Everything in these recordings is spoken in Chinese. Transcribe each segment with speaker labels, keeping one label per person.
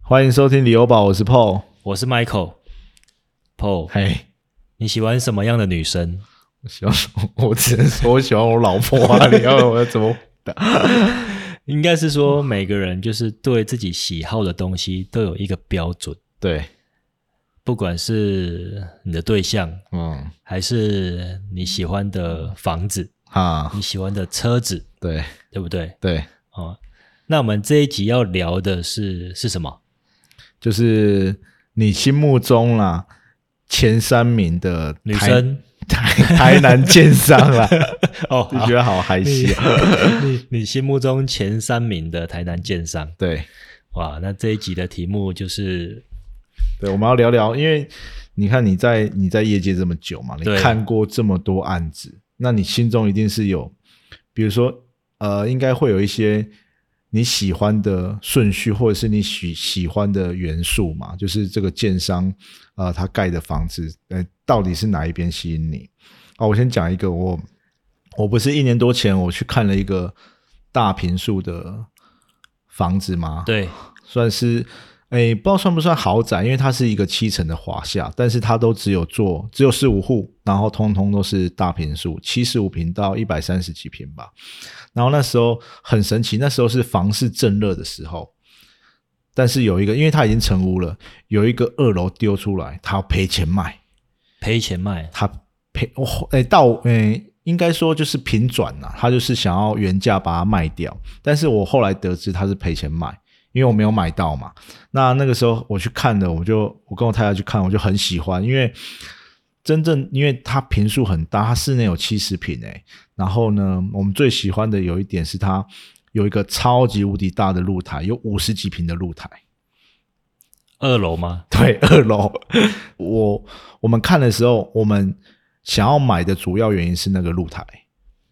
Speaker 1: 欢迎收听旅游宝，我是 Paul。
Speaker 2: 我是 Michael。Paul，
Speaker 1: 嘿，
Speaker 2: 你喜欢什么样的女生？
Speaker 1: 我喜欢，我只能说我喜欢我老婆啊，你要我怎么？
Speaker 2: 应该是说每个人就是对自己喜好的东西都有一个标准，
Speaker 1: 对，
Speaker 2: 不管是你的对象，
Speaker 1: 嗯，
Speaker 2: 还是你喜欢的房子、
Speaker 1: 哈，
Speaker 2: 你喜欢的车子，
Speaker 1: 对
Speaker 2: 对不对？
Speaker 1: 对，
Speaker 2: 哦、那我们这一集要聊的是是什么？
Speaker 1: 就是你心目中啦前三名的
Speaker 2: 女
Speaker 1: 台
Speaker 2: 生
Speaker 1: 台台南建商 啦，
Speaker 2: 哦，
Speaker 1: 你
Speaker 2: 好
Speaker 1: 觉得好嗨
Speaker 2: 你
Speaker 1: 戏啊？
Speaker 2: 你你心目中前三名的台南建商，
Speaker 1: 对
Speaker 2: 哇，那这一集的题目就是
Speaker 1: 对，我们要聊聊，因为你看你在你在业界这么久嘛，你
Speaker 2: 对
Speaker 1: 看过这么多案子，那你心中一定是有，比如说呃，应该会有一些你喜欢的顺序，或者是你喜喜欢的元素嘛，就是这个建商呃，他盖的房子，呃，到底是哪一边吸引你？啊，我先讲一个，我我不是一年多前我去看了一个大平数的房子吗？
Speaker 2: 对
Speaker 1: 算是，诶，不知道算不算豪宅，因为它是一个七层的华夏，但是它都只有做只有四五户，然后通通都是大平数，七十五平到一百三十几平吧。然后那时候很神奇，那时候是房市正热的时候，但是有一个，因为它已经成屋了，有一个二楼丢出来，他要赔钱卖，
Speaker 2: 赔钱卖，
Speaker 1: 他赔哦，诶，到诶。应该说就是平转呐、他就是想要原价把它卖掉，但是我后来得知他是赔钱卖，因为我没有买到嘛。那那个时候我去看的，我就我跟我太太去看，我就很喜欢，因为真正因为它平数很大，它室内有七十平诶。然后呢，我们最喜欢的有一点是它有一个超级无敌大的露台，有五十几平的露台。
Speaker 2: 二楼吗？
Speaker 1: 对， 二楼。我我们看的时候，我们想要买的主要原因是那个露台，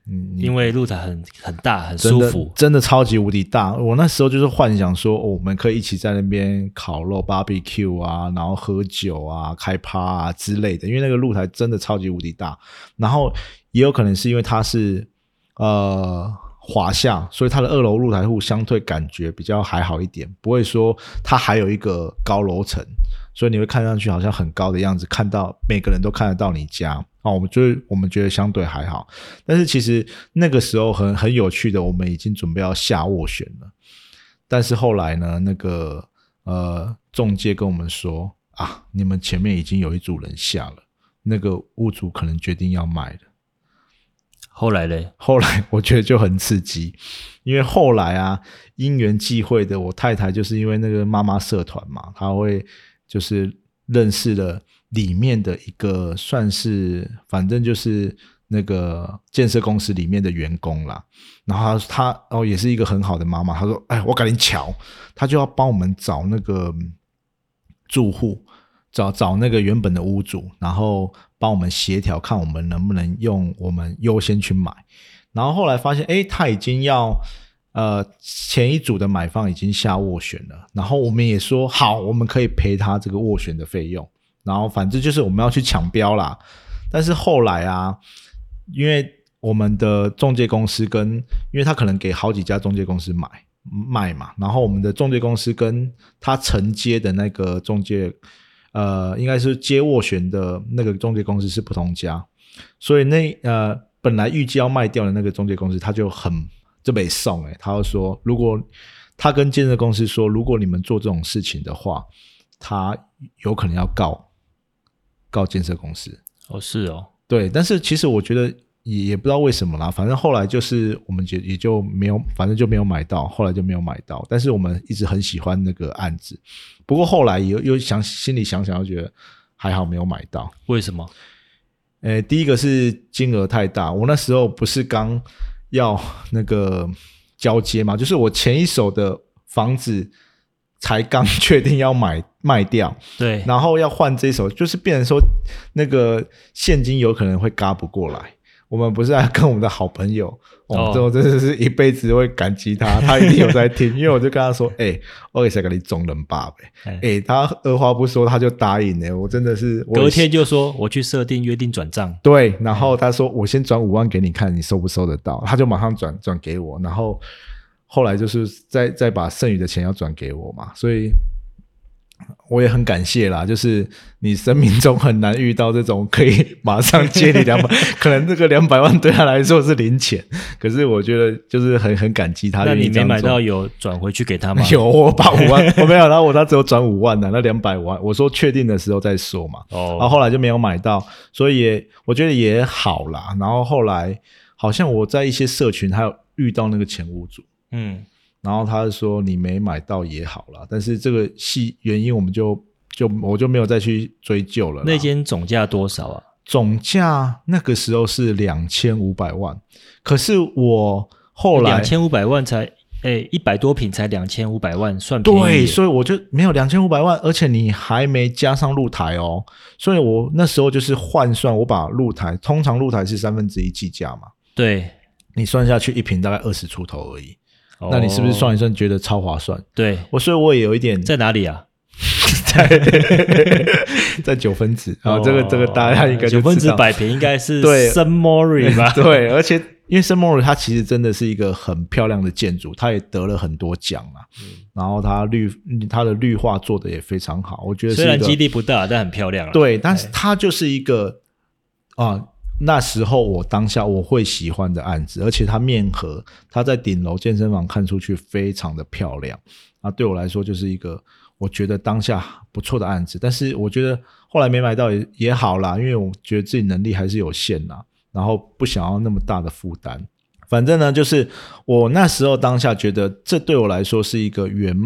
Speaker 1: 嗯，你
Speaker 2: 因为露台很很大，很
Speaker 1: 真
Speaker 2: 舒
Speaker 1: 的
Speaker 2: 服。
Speaker 1: 真的超级无敌大。我那时候就是幻想说，哦我们可以一起在那边烤肉、barbecue 啊，然后喝酒啊、开趴啊之类的，因为那个露台真的超级无敌大。然后也有可能是因为它是呃华夏，所以它的二楼露台户相对感觉比较还好一点，不会说它还有一个高楼层，所以你会看上去好像很高的样子，看到每个人都看得到你家。啊，我们就是我们觉得相对还好，但是其实那个时候很很有趣的，我们已经准备要下斡旋了，但是后来呢，那个呃中介跟我们说啊，你们前面已经有一组人下了，那个屋主可能决定要卖了。
Speaker 2: 后来嘞，
Speaker 1: 后来我觉得就很刺激，因为后来啊，因缘际会的，我太太就是因为那个妈妈社团嘛，她会就是认识了里面的一个算是，反正就是那个建设公司里面的员工啦。然后她她哦也是一个很好的妈妈，她说：“哎，我赶紧瞧，她就要帮我们找那个嗯住户。”找找那个原本的屋主，然后帮我们协调，看我们能不能用我们优先去买。然后后来发现，哎，他已经要呃前一组的买方已经下斡旋了，然后我们也说好，我们可以赔他这个斡旋的费用。然后反正就是我们要去抢标啦。但是后来啊，因为我们的中介公司跟，因为他可能给好几家中介公司买卖嘛，然后我们的中介公司跟他承接的那个中介，呃，应该是接斡旋的那个中介公司是不同家，所以那呃本来预计要卖掉的那个中介公司，他就很就被送哎、欸，他就说如果他跟建设公司说，如果你们做这种事情的话，他有可能要告告建设公司。
Speaker 2: 哦，是哦，
Speaker 1: 对，但是其实我觉得也也不知道为什么啦，反正后来就是我们也也就没有，反正就没有买到，后来就没有买到。但是我们一直很喜欢那个案子，不过后来又又想心里想想，又觉得还好没有买到。
Speaker 2: 为什么？
Speaker 1: 呃，第一个是金额太大，我那时候不是刚要 那个交接嘛，就是我前一手的房子才刚 确定要买卖掉，
Speaker 2: 对，
Speaker 1: 然后要换这一手，就是变成说那个现金有可能会嘎不过来。我们不是在跟我们的好朋友，哦
Speaker 2: 哦，
Speaker 1: 这我真的是一辈子会感激他，他一定有在听，因为我就跟他说，哎、我也是给你中人爸呗，哎
Speaker 2: 哎、
Speaker 1: 他二话不说他就答应了、我真的是我也
Speaker 2: 隔天就说我去设定约定转账，
Speaker 1: 对，然后他说我先转五万给你看，你收不收得到？
Speaker 2: 嗯
Speaker 1: 他就马上转转给我，然后后来就是再再把剩余的钱要转给我嘛，所以我也很感谢啦，就是你生命中很难遇到这种可以马上借你 两百，可能这个两百万对他来说是零钱，可是我觉得就是很很感激他
Speaker 2: 那
Speaker 1: 愿
Speaker 2: 你
Speaker 1: 意这
Speaker 2: 没
Speaker 1: 样
Speaker 2: 买
Speaker 1: 做
Speaker 2: 到有转回去给他吗？
Speaker 1: 有，我把五万，我没有，然后我他只有转五万的、啊那两百万，我说确定的时候再说嘛。然后
Speaker 2: 哦，
Speaker 1: 后来就没有买到，所以也我觉得也好啦。然后后来好像我在一些社群还有遇到那个前屋主，
Speaker 2: 嗯，
Speaker 1: 然后他就说你没买到也好啦，但是这个系原因我们就就我就没有再去追究了啦。
Speaker 2: 那间总价多少啊？
Speaker 1: 总价那个时候是两千五百万，可是我后来
Speaker 2: 两千五百万才，哎，一百多平才两千五百万，算便宜
Speaker 1: 对，
Speaker 2: 耶
Speaker 1: 所以我就没有两千五百万，而且你还没加上露台哦，所以我那时候就是换算，我把露台，通常露台是三分之一计价嘛，
Speaker 2: 对。
Speaker 1: 你算下去一平大概二十出头而已，
Speaker 2: 哦
Speaker 1: 那你是不是算一算觉得超划算？
Speaker 2: 对？
Speaker 1: 我所以我也有一点在
Speaker 2: 在哪里啊？
Speaker 1: 在九分子啊，这个这个大家应该就
Speaker 2: 哦九分
Speaker 1: 知
Speaker 2: 之
Speaker 1: 道
Speaker 2: 百平应该是
Speaker 1: 对？
Speaker 2: s u m o r y 吧
Speaker 1: 对，而且因为圣莫鲁它其实真的是一个很漂亮的建筑，它也得了很多奖啊，
Speaker 2: 嗯
Speaker 1: 然后它绿它的绿化做的也非常好，我觉得是
Speaker 2: 虽
Speaker 1: 一
Speaker 2: 然
Speaker 1: 个
Speaker 2: 基地不大，但很漂亮啊。
Speaker 1: 对，但是它就是一个啊，那时候我当下我会喜欢的案子，而且它面河，它在顶楼健身房看出去非常的漂亮啊，对我来说就是一个我觉得当下不错的案子，但是我觉得后来没买到也也好啦，因为我觉得自己能力还是有限啦，然后不想要那么大的负担。反正呢，就是我那时候当下觉得，这对我来说是一个圆，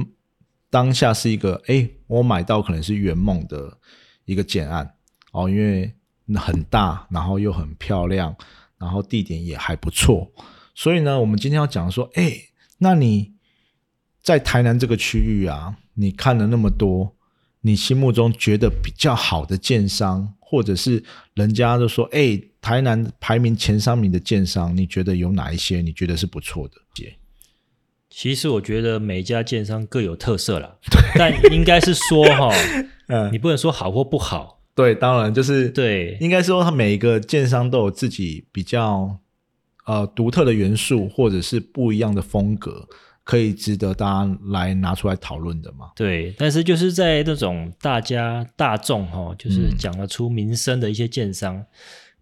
Speaker 1: 当下是一个，诶，我买到可能是圆梦的一个建案哦，因为很大，然后又很漂亮，然后地点也还不错，所以呢，我们今天要讲说，诶，那你在台南这个区域啊，你看了那么多，你心目中觉得比较好的建商，或者是人家就说，哎、台南排名前三名的建商，你觉得有哪一些？你觉得是不错的？
Speaker 2: 其实我觉得每一家建商各有特色 啦，但应该是说哈，
Speaker 1: 嗯，
Speaker 2: 你不能说好或不好，
Speaker 1: 对，当然就是，
Speaker 2: 呃对，
Speaker 1: 应该说他每一个建商都有自己比较呃独特的元素，或者是不一样的风格，可以值得大家来拿出来讨论的嘛。
Speaker 2: 对，但是就是在那种大家大众哈、就是
Speaker 1: 嗯
Speaker 2: 讲得出民生的一些建商，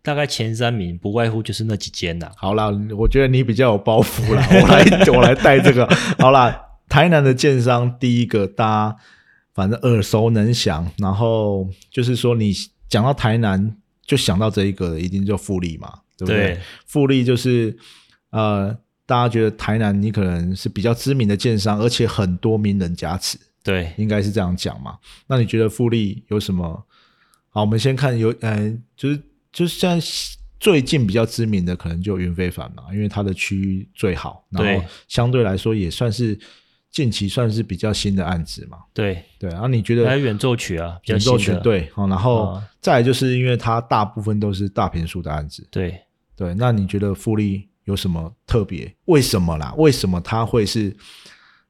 Speaker 2: 大概前三名不外乎就是那几间啦。
Speaker 1: 好啦，我觉得你比较有包袱啦， 我来我来带这个。好啦，台南的建商第一个，大家反正耳熟能详，然后就是说你讲到台南就想到这一个，一定就富力嘛，对不对？
Speaker 2: 对
Speaker 1: 富力就是呃，大家觉得台南你可能是比较知名的建商，而且很多名人加持，
Speaker 2: 对，
Speaker 1: 应该是这样讲嘛？那你觉得复利有什么？好，我们先看有，呃，就是就是现在最近比较知名的可能就云飞凡嘛，因为它的区域最好，然
Speaker 2: 对
Speaker 1: 后相对来说也算是近期算是比较新的案子嘛。
Speaker 2: 对，
Speaker 1: 对，然后你觉得
Speaker 2: 还有远奏曲啊，比较
Speaker 1: 演奏
Speaker 2: 新
Speaker 1: 群
Speaker 2: 的，
Speaker 1: 对，好，然后
Speaker 2: 啊
Speaker 1: 再来就是因为它大部分都是大平数的案子，
Speaker 2: 对
Speaker 1: 对，那你觉得复利有什么特别？为什么啦？为什么它会是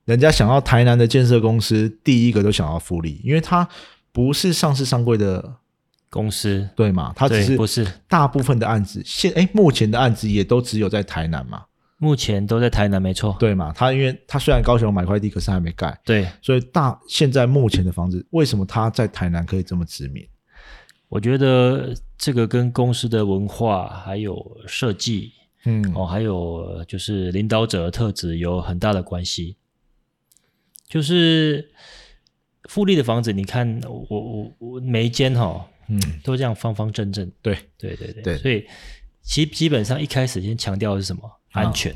Speaker 1: 人家想要台南的建设公司第一个都想要复利？因为它不是上市上柜的，
Speaker 2: 公司，
Speaker 1: 对嘛？它只
Speaker 2: 对，
Speaker 1: 是
Speaker 2: 不是，
Speaker 1: 大部分的案子现哎目前的案子也都只有在台南嘛，
Speaker 2: 目前都在台南，没错，
Speaker 1: 对嘛？它因为它虽然高雄买块地，可是还没盖，
Speaker 2: 对，
Speaker 1: 所以大现在目前的房子为什么它在台南可以这么知名？
Speaker 2: 我觉得这个跟公司的文化还有设计
Speaker 1: 嗯，
Speaker 2: 哦，还有就是领导者的特质有很大的关系。就是富丽的房子，你看我我我每一间哈、哦、
Speaker 1: 嗯，
Speaker 2: 都这样方方正正，
Speaker 1: 对，
Speaker 2: 对对对，
Speaker 1: 对
Speaker 2: 所以其基本上一开始先强调的是什么？安全，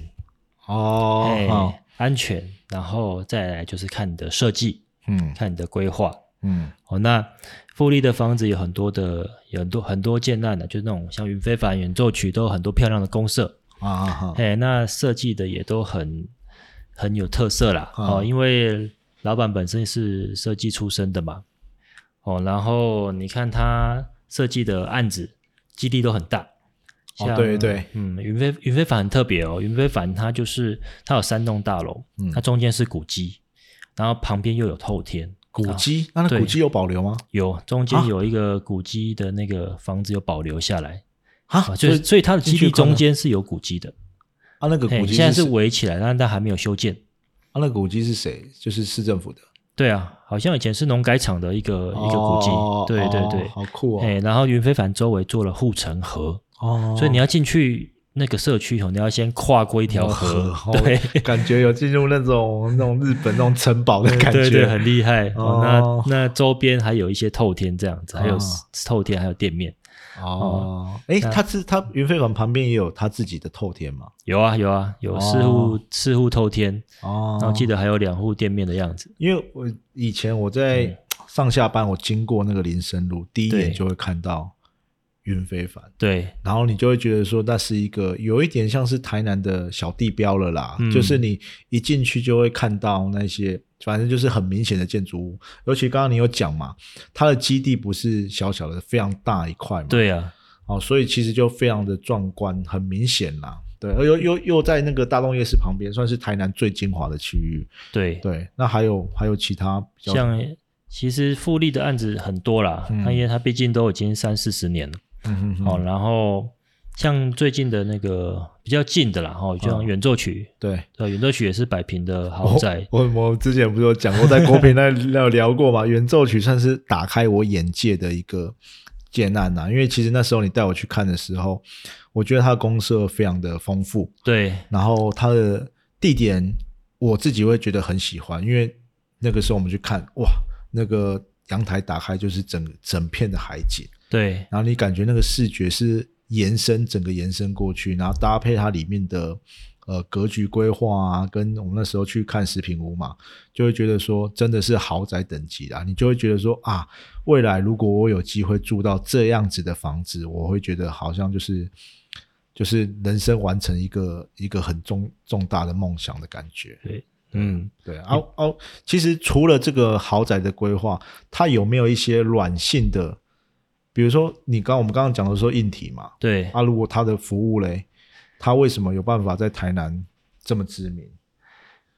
Speaker 1: 哦，
Speaker 2: 哎
Speaker 1: 好，
Speaker 2: 安全，然后再来就是看你的设计，
Speaker 1: 嗯
Speaker 2: 看你的规划。
Speaker 1: 嗯
Speaker 2: 哦，那富丽的房子有很多的，有很多很多建案的，就是那种像云非凡、远奏曲都有很多漂亮的公社，
Speaker 1: 啊啊啊，
Speaker 2: 哎，那设计的也都很很有特色啦。
Speaker 1: 啊
Speaker 2: 哦，因为老板本身是设计出身的嘛。哦，然后你看他设计的案子基地都很大。
Speaker 1: 哦
Speaker 2: 像
Speaker 1: 对对，
Speaker 2: 嗯，云飞云飞凡很特别哦，云飞凡它就是它有三栋大楼，
Speaker 1: 嗯
Speaker 2: 它中间是古迹，然后旁边又有透天，
Speaker 1: 古
Speaker 2: 啊
Speaker 1: 迹，那那
Speaker 2: 对
Speaker 1: 古迹有保留吗？
Speaker 2: 有中间
Speaker 1: 啊
Speaker 2: 有一个古迹的那个房子有保留下来，
Speaker 1: 啊，
Speaker 2: 就是所以它的基
Speaker 1: 进去
Speaker 2: 地
Speaker 1: 看
Speaker 2: 中
Speaker 1: 了
Speaker 2: 间是有古迹的，
Speaker 1: 啊，那个
Speaker 2: 嘿
Speaker 1: 古迹
Speaker 2: 现在
Speaker 1: 是
Speaker 2: 是
Speaker 1: 谁
Speaker 2: 围起来，但但还没有修建。
Speaker 1: 啊，那个古迹是谁？就是市政府的
Speaker 2: 对啊，好像以前是农改场的一个、一个古迹
Speaker 1: 哦，
Speaker 2: 对对对，
Speaker 1: 哦好酷哦，
Speaker 2: 哎、然后云飞帆周围做了护城河，
Speaker 1: 哦，
Speaker 2: 所以你要进去那个社区哦，你要先跨过一条河，
Speaker 1: 河
Speaker 2: 对，
Speaker 1: 哦感觉有进入那种那种日本那种城堡的感觉，
Speaker 2: 对对，很厉害。
Speaker 1: 哦
Speaker 2: 哦，那那周边还有一些透天这样子，还有
Speaker 1: 哦
Speaker 2: 透天，还有店面，嗯
Speaker 1: 哦，哎，他是他云飞馆旁边也有他自己的透天嘛？
Speaker 2: 有啊有啊，有四户、四户透天，
Speaker 1: 哦
Speaker 2: 然后记得还有两户店面的样子。
Speaker 1: 因为我以前我在上下班，我经过那个林森路，第一
Speaker 2: 嗯对
Speaker 1: 眼就会看到云非凡，
Speaker 2: 对
Speaker 1: 然后你就会觉得说那是一个有一点像是台南的小地标了啦，
Speaker 2: 嗯
Speaker 1: 就是你一进去就会看到那些，反正就是很明显的建筑物。尤其刚刚你有讲嘛，它的基地不是小小的，非常大一块嘛，，
Speaker 2: 对啊，
Speaker 1: 哦，所以其实就非常的壮观，很明显啦。对，而又又又在那个大东夜市旁边，算是台南最精华的区域。
Speaker 2: 对，
Speaker 1: 对，那还有还有其他比较
Speaker 2: 像其实复利的案子很多啦，
Speaker 1: 嗯
Speaker 2: 那因为它毕竟都已经三四十年了。
Speaker 1: 嗯哼
Speaker 2: 哦，
Speaker 1: 哼，
Speaker 2: 然后像最近的那个比较近的啦，
Speaker 1: 嗯
Speaker 2: 哦，就像远奏曲，
Speaker 1: 对，
Speaker 2: 对，远奏曲也是百平的豪宅，
Speaker 1: 哦我我我之前不是有讲过，在郭平那那有聊过嘛，圆奏曲算是打开我眼界的一个建案呐、因为其实那时候你带我去看的时候，我觉得它的公社非常的丰富，
Speaker 2: 对
Speaker 1: 然后它的地点我自己会觉得很喜欢，因为那个时候我们去看，哇，那个阳台打开就是整整片的海景，
Speaker 2: 对
Speaker 1: 然后你感觉那个视觉是延伸整个延伸过去，然后搭配它里面的呃格局规划啊，跟我们那时候去看食品屋嘛，就会觉得说真的是豪宅等级啦，你就会觉得说啊，未来如果我有机会住到这样子的房子，我会觉得好像就是。就是人生完成一个一个很重重大的梦想的感觉，
Speaker 2: 对，嗯，
Speaker 1: 对啊哦，其实除了这个豪宅的规划，它有没有一些软性的？比如说你刚我们刚刚讲的说硬体嘛，
Speaker 2: 对，
Speaker 1: 啊，如果它的服务嘞，它为什么有办法在台南这么知名？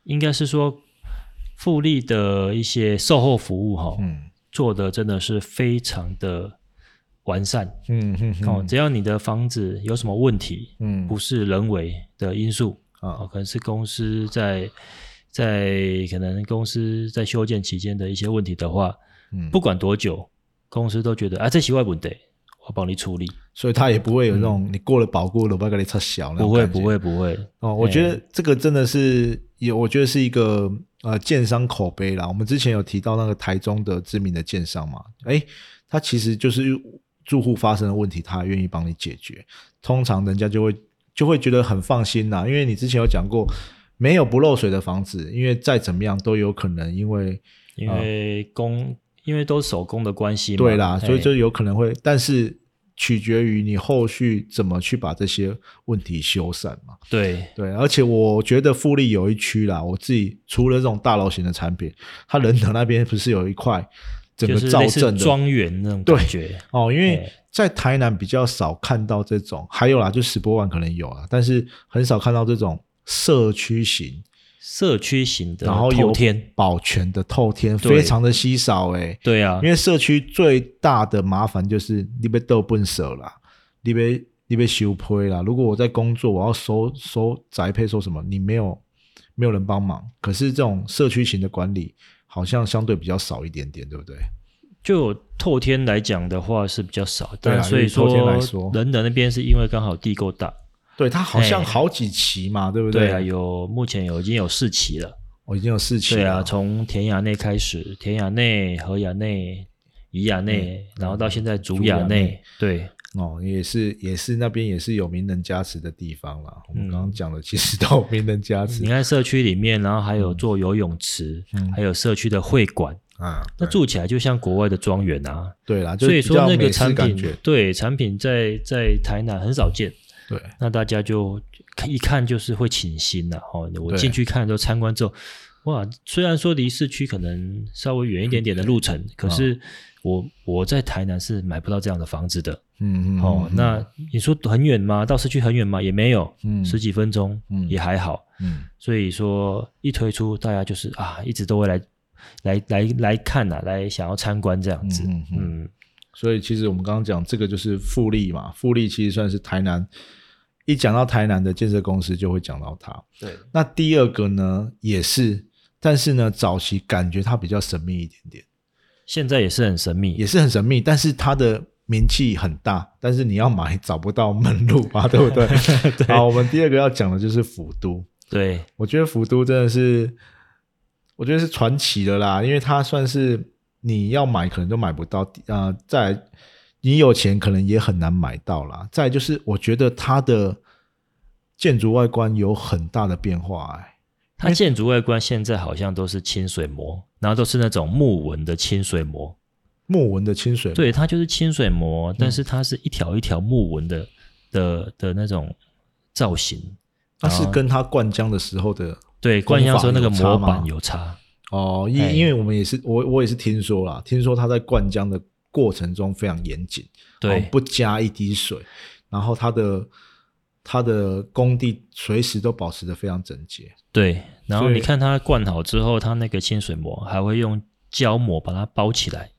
Speaker 2: 应该是说富利的一些售后服务哈、哦，
Speaker 1: 嗯
Speaker 2: 做的真的是非常的完善
Speaker 1: 嗯嗯
Speaker 2: 哦，只要你的房子有什么问题，
Speaker 1: 嗯
Speaker 2: 不是人为的因素，哦
Speaker 1: 啊，
Speaker 2: 可能是公司在在可能公司在修建期间的一些问题的话，
Speaker 1: 嗯
Speaker 2: 不管多久，公司都觉得啊，这洗外本得，我帮你处理，
Speaker 1: 所以它也不会有那种、你过了保固了，不要给你插小那种
Speaker 2: 不会
Speaker 1: 感觉
Speaker 2: 嗯不会不会，
Speaker 1: 哦，我觉得这个真的是也，我觉得是一个呃建商口碑啦。我们之前有提到那个台中的知名的建商嘛，诶，他其实就是住户发生的问题，他愿意帮你解决，通常人家就会就会觉得很放心啦。因为你之前有讲过，没有不漏水的房子，因为再怎么样都有可能因为
Speaker 2: 因为工、因为都是手工的关系嘛，
Speaker 1: 对啦，所以
Speaker 2: 嘿
Speaker 1: 就有可能会，但是取决于你后续怎么去把这些问题修缮嘛。
Speaker 2: 对
Speaker 1: 对，而且我觉得富力有一区啦，我自己除了这种大楼型的产品，它仁德那边不是有一块整
Speaker 2: 就
Speaker 1: 个
Speaker 2: 是
Speaker 1: 造
Speaker 2: 类似哎
Speaker 1: 镇的
Speaker 2: 庄园那种感觉，
Speaker 1: 哦，因为
Speaker 2: 对
Speaker 1: 在台南比较少看到这种，还有啦，就石波湾可能有啦，但是很少看到这种社区型，
Speaker 2: 社区型的
Speaker 1: 然后有
Speaker 2: 透天，
Speaker 1: 保全的透天，
Speaker 2: 对
Speaker 1: 非常的稀少哎诶、
Speaker 2: 对啊
Speaker 1: 因，为社区最大的麻烦就是你被斗笨手啦，你被你被修配啦。如果我在工作，我要收收宅配收什么，你没有没有人帮忙。可是这种社区型的管理好像相对比较少一点点，对不对？
Speaker 2: 就透天来讲的话是比较少，
Speaker 1: 对啊
Speaker 2: 但所以
Speaker 1: 以透天来说
Speaker 2: 仁德那边是因为刚好地够大，
Speaker 1: 对，它好像
Speaker 2: 哎
Speaker 1: 好几期嘛，对不
Speaker 2: 对
Speaker 1: 我
Speaker 2: 啊，、有目前有已经有四期了。
Speaker 1: 已经有四期
Speaker 2: 对
Speaker 1: 了。
Speaker 2: 啊，从田雅内开始，田雅内、河雅内、宜雅内，然后到现在竹
Speaker 1: 嗯竹
Speaker 2: 雅
Speaker 1: 雅
Speaker 2: 内
Speaker 1: 内，
Speaker 2: 对
Speaker 1: 哦，也是也是那边也是有名人加持的地方啦。我们
Speaker 2: 嗯
Speaker 1: 刚刚讲的其实都有名人加持
Speaker 2: 你看社区里面，然后还
Speaker 1: 嗯
Speaker 2: 有做游泳池，还有社区的会馆，
Speaker 1: 啊。
Speaker 2: 那
Speaker 1: 嗯对
Speaker 2: 住起来就像国外的庄园啊。
Speaker 1: 对啦，就
Speaker 2: 所
Speaker 1: 是
Speaker 2: 以
Speaker 1: 比
Speaker 2: 说
Speaker 1: 较
Speaker 2: 那
Speaker 1: 美
Speaker 2: 个
Speaker 1: 式
Speaker 2: 产
Speaker 1: 感
Speaker 2: 品
Speaker 1: 觉，
Speaker 2: 对产品在在台南很少见，
Speaker 1: 对。
Speaker 2: 那大家就一看就是会倾心了、哦，我
Speaker 1: 对
Speaker 2: 进去看之后参观之后，哇，虽然说离市区可能稍微远一点点的路程，可
Speaker 1: 嗯
Speaker 2: 是我我在台南是买不到这样的房子的。
Speaker 1: 嗯嗯
Speaker 2: 哦，
Speaker 1: 嗯
Speaker 2: 那你说很远吗？到市区很远吗？也没有，
Speaker 1: 嗯
Speaker 2: 十几分钟，
Speaker 1: 嗯
Speaker 2: 也还好。
Speaker 1: 嗯
Speaker 2: 所以说一推出，大家就是啊，一直都会来来来来看呐、来想要参观这样子。
Speaker 1: 嗯
Speaker 2: 嗯
Speaker 1: 嗯所以其实我们刚刚讲这个就是复利嘛，复利其实算是台南一讲到台南的建设公司就会讲到它。
Speaker 2: 对
Speaker 1: 那第二个呢，也是但是呢，早期感觉它比较神秘一点点，
Speaker 2: 现在也是很神秘，
Speaker 1: 也是很神秘，但是它的名气很大，但是你要买找不到门路嘛，对不 对？好，我们第二个要讲的就是府都，
Speaker 2: 对，
Speaker 1: 我觉得府都真的是，我觉得是传奇的啦，因为它算是你要买可能都买不到，呃，再来你有钱可能也很难买到啦。再来就是我觉得它的建筑外观有很大的变化、欸，
Speaker 2: 它建筑外观现在好像都是清水模，然后都是那种木纹的清水模，
Speaker 1: 木纹的清水，
Speaker 2: 对，它就是清水
Speaker 1: 嗯
Speaker 2: 模，但是它是一条一条木纹的的的那种造型，
Speaker 1: 它是跟它灌浆的时候的
Speaker 2: 对，冠香说那个
Speaker 1: 功法有差
Speaker 2: 模
Speaker 1: 吗
Speaker 2: 板有差，
Speaker 1: 哦，因
Speaker 2: 哎
Speaker 1: 因为我们也是我我也是听说啦，听说它在灌浆的过程中非常严谨，
Speaker 2: 对
Speaker 1: 哦不加一滴水，然后它的它的工地随时都保持的非常整洁。
Speaker 2: 对，然后
Speaker 1: 所以
Speaker 2: 你看它灌好之后，它那个清水膜还会用胶膜把它包起来，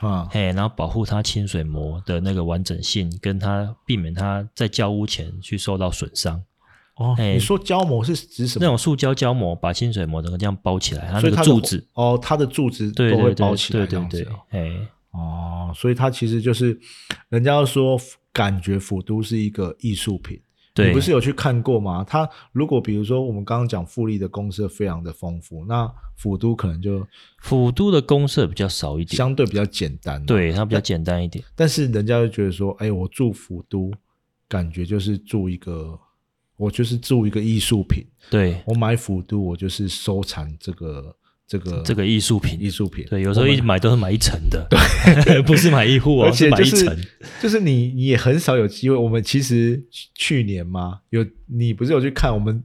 Speaker 1: 啊、
Speaker 2: 嘿，然后保护它清水膜的那个完整性，跟它避免它在交屋前去受到损伤。
Speaker 1: 哦，
Speaker 2: 哎
Speaker 1: 你说胶膜是指什
Speaker 2: 那
Speaker 1: 么？
Speaker 2: 种塑胶胶膜把清水膜整个这样包起来，它
Speaker 1: 所
Speaker 2: 那
Speaker 1: 以
Speaker 2: 个
Speaker 1: 它的
Speaker 2: 柱子，
Speaker 1: 哦，它的柱子
Speaker 2: 对
Speaker 1: 都
Speaker 2: 对
Speaker 1: 会
Speaker 2: 对
Speaker 1: 包起来
Speaker 2: 对
Speaker 1: 这
Speaker 2: 对
Speaker 1: 样子
Speaker 2: 对
Speaker 1: 哦、，
Speaker 2: 哎，
Speaker 1: 哦，所以它其实就是人家说感觉府都是一个艺术品。
Speaker 2: 对，
Speaker 1: 你不是有去看过吗？它如果比如说我们刚刚讲复利的公社非常的丰富，那府都可能就
Speaker 2: 辅都的公社比较少一点，
Speaker 1: 相对比较简单、，啊
Speaker 2: 对，它比较简单一点，
Speaker 1: 但是人家就觉得说，哎，我住府都，感觉就是住一个，我就是住一个艺术品。
Speaker 2: 对，
Speaker 1: 我买府都，我就是收藏这个这个
Speaker 2: 这个艺术品
Speaker 1: 艺，术品。
Speaker 2: 对，有时候
Speaker 1: 我
Speaker 2: 一
Speaker 1: 们
Speaker 2: 买都是买一层 的， 不是买一户哦，
Speaker 1: 而且
Speaker 2: 买
Speaker 1: 就
Speaker 2: 一
Speaker 1: 是
Speaker 2: 层，
Speaker 1: 就是你你也很少有机会。我们其实去年嘛，有你不是有去看我们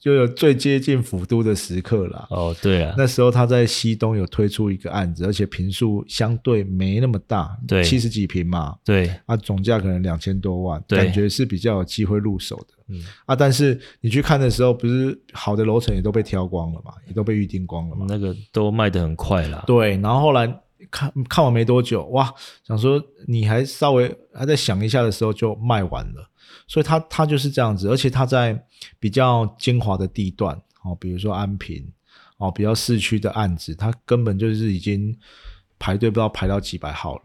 Speaker 1: 就有最接近府都的时刻啦。
Speaker 2: 哦，对啊，
Speaker 1: 那时候他在西东有推出一个案子，而且平数相对没那么大，
Speaker 2: 对
Speaker 1: 七十几平嘛，
Speaker 2: 对，
Speaker 1: 啊，总价可能两千多万，
Speaker 2: 对
Speaker 1: 感觉是比较有机会入手的。
Speaker 2: 嗯
Speaker 1: 啊，但是你去看的时候，不是好的楼层也都被挑光了嘛，也都被预定光了嘛。
Speaker 2: 那个都卖得很快啦，
Speaker 1: 对，然后后来看看完没多久，哇，想说你还稍微还在想一下的时候就卖完了，所以它它就是这样子，而且它在比较精华的地段哦，比如说安平哦，比较市区的案子，它根本就是已经排队不知道排到几百号了，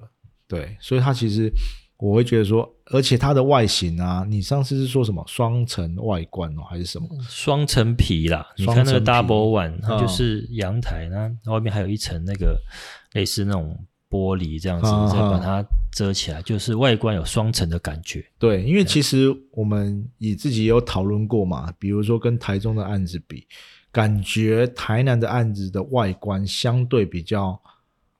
Speaker 1: 对，所以它其实我会觉得说，而且它的外形啊，你上次是说什么双层外观哦，还是什么？
Speaker 2: 双层皮啦，你
Speaker 1: 双
Speaker 2: 看那个
Speaker 1: 层皮
Speaker 2: double one，它
Speaker 1: 嗯
Speaker 2: 就是阳台，那、外面还有一层那个类似那种玻璃这样子，
Speaker 1: 嗯
Speaker 2: 再把
Speaker 1: 嗯
Speaker 2: 它遮起来，就是外观有双层的感觉。
Speaker 1: 对，因为其实我们也自己也有讨论过嘛，比如说跟台中的案子比，感觉台南的案子的外观相对比较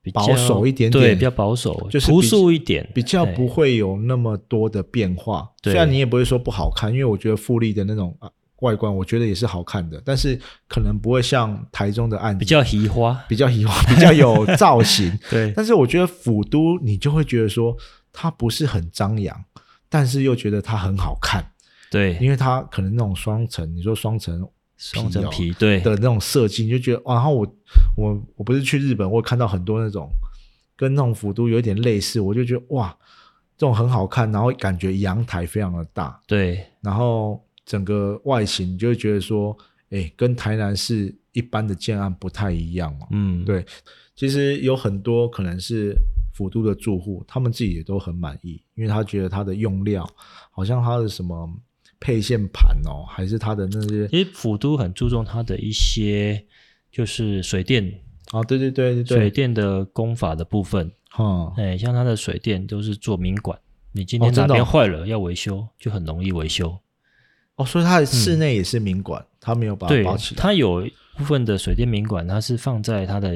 Speaker 2: 比较
Speaker 1: 保守一点点，
Speaker 2: 对，比较保守，
Speaker 1: 就是
Speaker 2: 朴
Speaker 1: 比
Speaker 2: 素一点，
Speaker 1: 比较
Speaker 2: 哎
Speaker 1: 不会有那么多的变化。虽
Speaker 2: 对
Speaker 1: 然你也不会说不好看，因为我觉得富丽的那种啊外观，我觉得也是好看的，但是可能不会像台中的案子
Speaker 2: 比较移花，
Speaker 1: 比较有比较有造型。
Speaker 2: 对
Speaker 1: 但是我觉得府都你就会觉得说它不是很张扬，但是又觉得它很好看。
Speaker 2: 对，
Speaker 1: 因为它可能那种双层，你说双层
Speaker 2: 双层
Speaker 1: 哦
Speaker 2: 皮，对
Speaker 1: 的那种设计，你就觉得，哇啊然后我我我不是去日本，我有看到很多那种跟那种幅度有一点类似，我就觉得哇，这种很好看，然后感觉阳台非常的大，
Speaker 2: 对
Speaker 1: 然后整个外形你就会觉得说，哎，跟台南市一般的建案不太一样嘛。
Speaker 2: 嗯，
Speaker 1: 对，其实有很多可能是府都的住户，他们自己也都很满意，因为他觉得它的用料，好像它的什么配线盘哦，还是它的那些
Speaker 2: 其实府都很注重它的一些就是水电
Speaker 1: 啊，对对对
Speaker 2: 水
Speaker 1: 对对，
Speaker 2: 电的工法的部分，
Speaker 1: 哈、
Speaker 2: 哎，像它的水电都是做明管，你今天
Speaker 1: 哦真
Speaker 2: 哪
Speaker 1: 的哦
Speaker 2: 边坏了要维修，就很容易维修。
Speaker 1: 哦，所以它的室内也是明管，它没有把它
Speaker 2: 嗯对
Speaker 1: 包起，来
Speaker 2: 它有部分的水电明管，它是放在它的，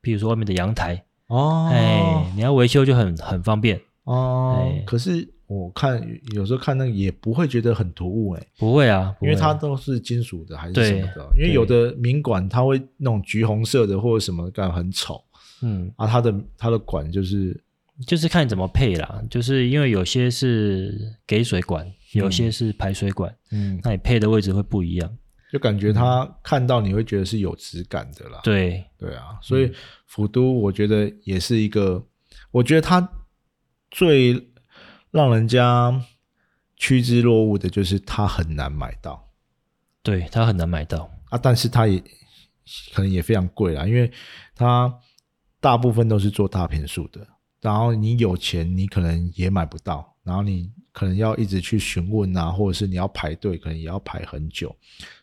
Speaker 2: 比如说外面的阳台，
Speaker 1: 哦，
Speaker 2: 哎，你要维修就很很方便，
Speaker 1: 哦
Speaker 2: 哎，
Speaker 1: 可是我看有时候看那个也不会觉得很突兀哎、
Speaker 2: 不会啊，不
Speaker 1: 因为
Speaker 2: 会
Speaker 1: 它
Speaker 2: 啊
Speaker 1: 都是金属的还是
Speaker 2: 对
Speaker 1: 什么的，因为有的明管它会那种橘红色的或者什么感很丑
Speaker 2: 嗯，
Speaker 1: 啊，它的它的管就是
Speaker 2: 就是看你怎么配啦，就是因为有些是给水管，有些是排水管，
Speaker 1: 嗯，
Speaker 2: 那你配的位置会不一样。
Speaker 1: 就感觉他看到你会觉得是有质感的啦。
Speaker 2: 对，
Speaker 1: 对啊，所以府都我觉得也是一个，我觉得它最让人家趋之若鹜的就是它很难买到
Speaker 2: 对，它很难买到。
Speaker 1: 啊，但是它也可能也非常贵啦，因为它大部分都是做大片数的，然后你有钱你可能也买不到，然后你可能要一直去询问啊，或者是你要排队，可能也要排很久，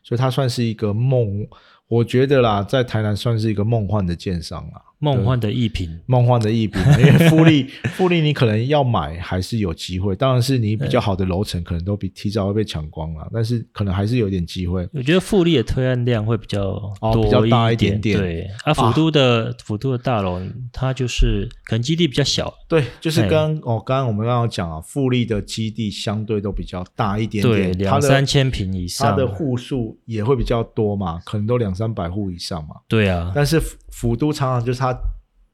Speaker 1: 所以它算是一个梦，我觉得啦，在台南算是一个梦幻的建商啦。
Speaker 2: 梦幻的一品，
Speaker 1: 梦幻的一笔，因为复利 复利你可能要买还是有机会，当然是你比较好的楼层可能都比提早会被抢光了，但是可能还是有点机会。
Speaker 2: 我觉得富丽的推案量会比较
Speaker 1: 哦
Speaker 2: 多
Speaker 1: 比较大
Speaker 2: 一
Speaker 1: 一点点
Speaker 2: 对，啊，府都的、府都的大楼，它就是可能基地比较小，
Speaker 1: 对，就是
Speaker 2: 哎
Speaker 1: 跟哦，刚刚我们刚刚讲啊，复利的基地相对都比较大一点
Speaker 2: 对，
Speaker 1: 点，它
Speaker 2: 两
Speaker 1: 的
Speaker 2: 三千平以
Speaker 1: 它
Speaker 2: 上，
Speaker 1: 的户数也会比较多嘛，可能都两三百户以上嘛。
Speaker 2: 对啊，
Speaker 1: 但是府都常常就是它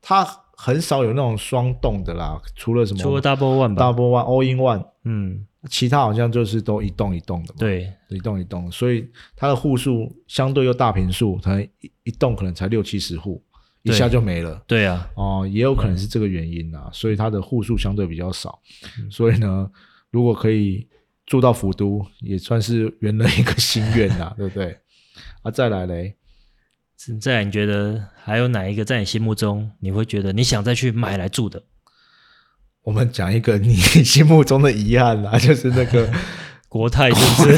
Speaker 1: 它很少有那种双栋的啦，除了什么
Speaker 2: 除了 Double One 吧，
Speaker 1: double one all in one，
Speaker 2: 嗯，
Speaker 1: 其他好像就是都一栋一栋的嘛。
Speaker 2: 对，
Speaker 1: 一栋一栋，所以它的户数相对又大平数，可能一一栋可能才六七十户，一
Speaker 2: 对
Speaker 1: 下就没了。
Speaker 2: 对啊，
Speaker 1: 哦，也有可能是这个原因
Speaker 2: 嗯
Speaker 1: 啊，所以它的户数相对比较少。所以呢，如果可以住到福都，也算是圆了一个心愿 呐、对不对？啊，再来嘞，
Speaker 2: 再来你觉得还有哪一个在你心目中你会觉得你想再去买来住的？
Speaker 1: 我们讲一个你心目中的遗憾 啦、就是那个，
Speaker 2: 国 泰就是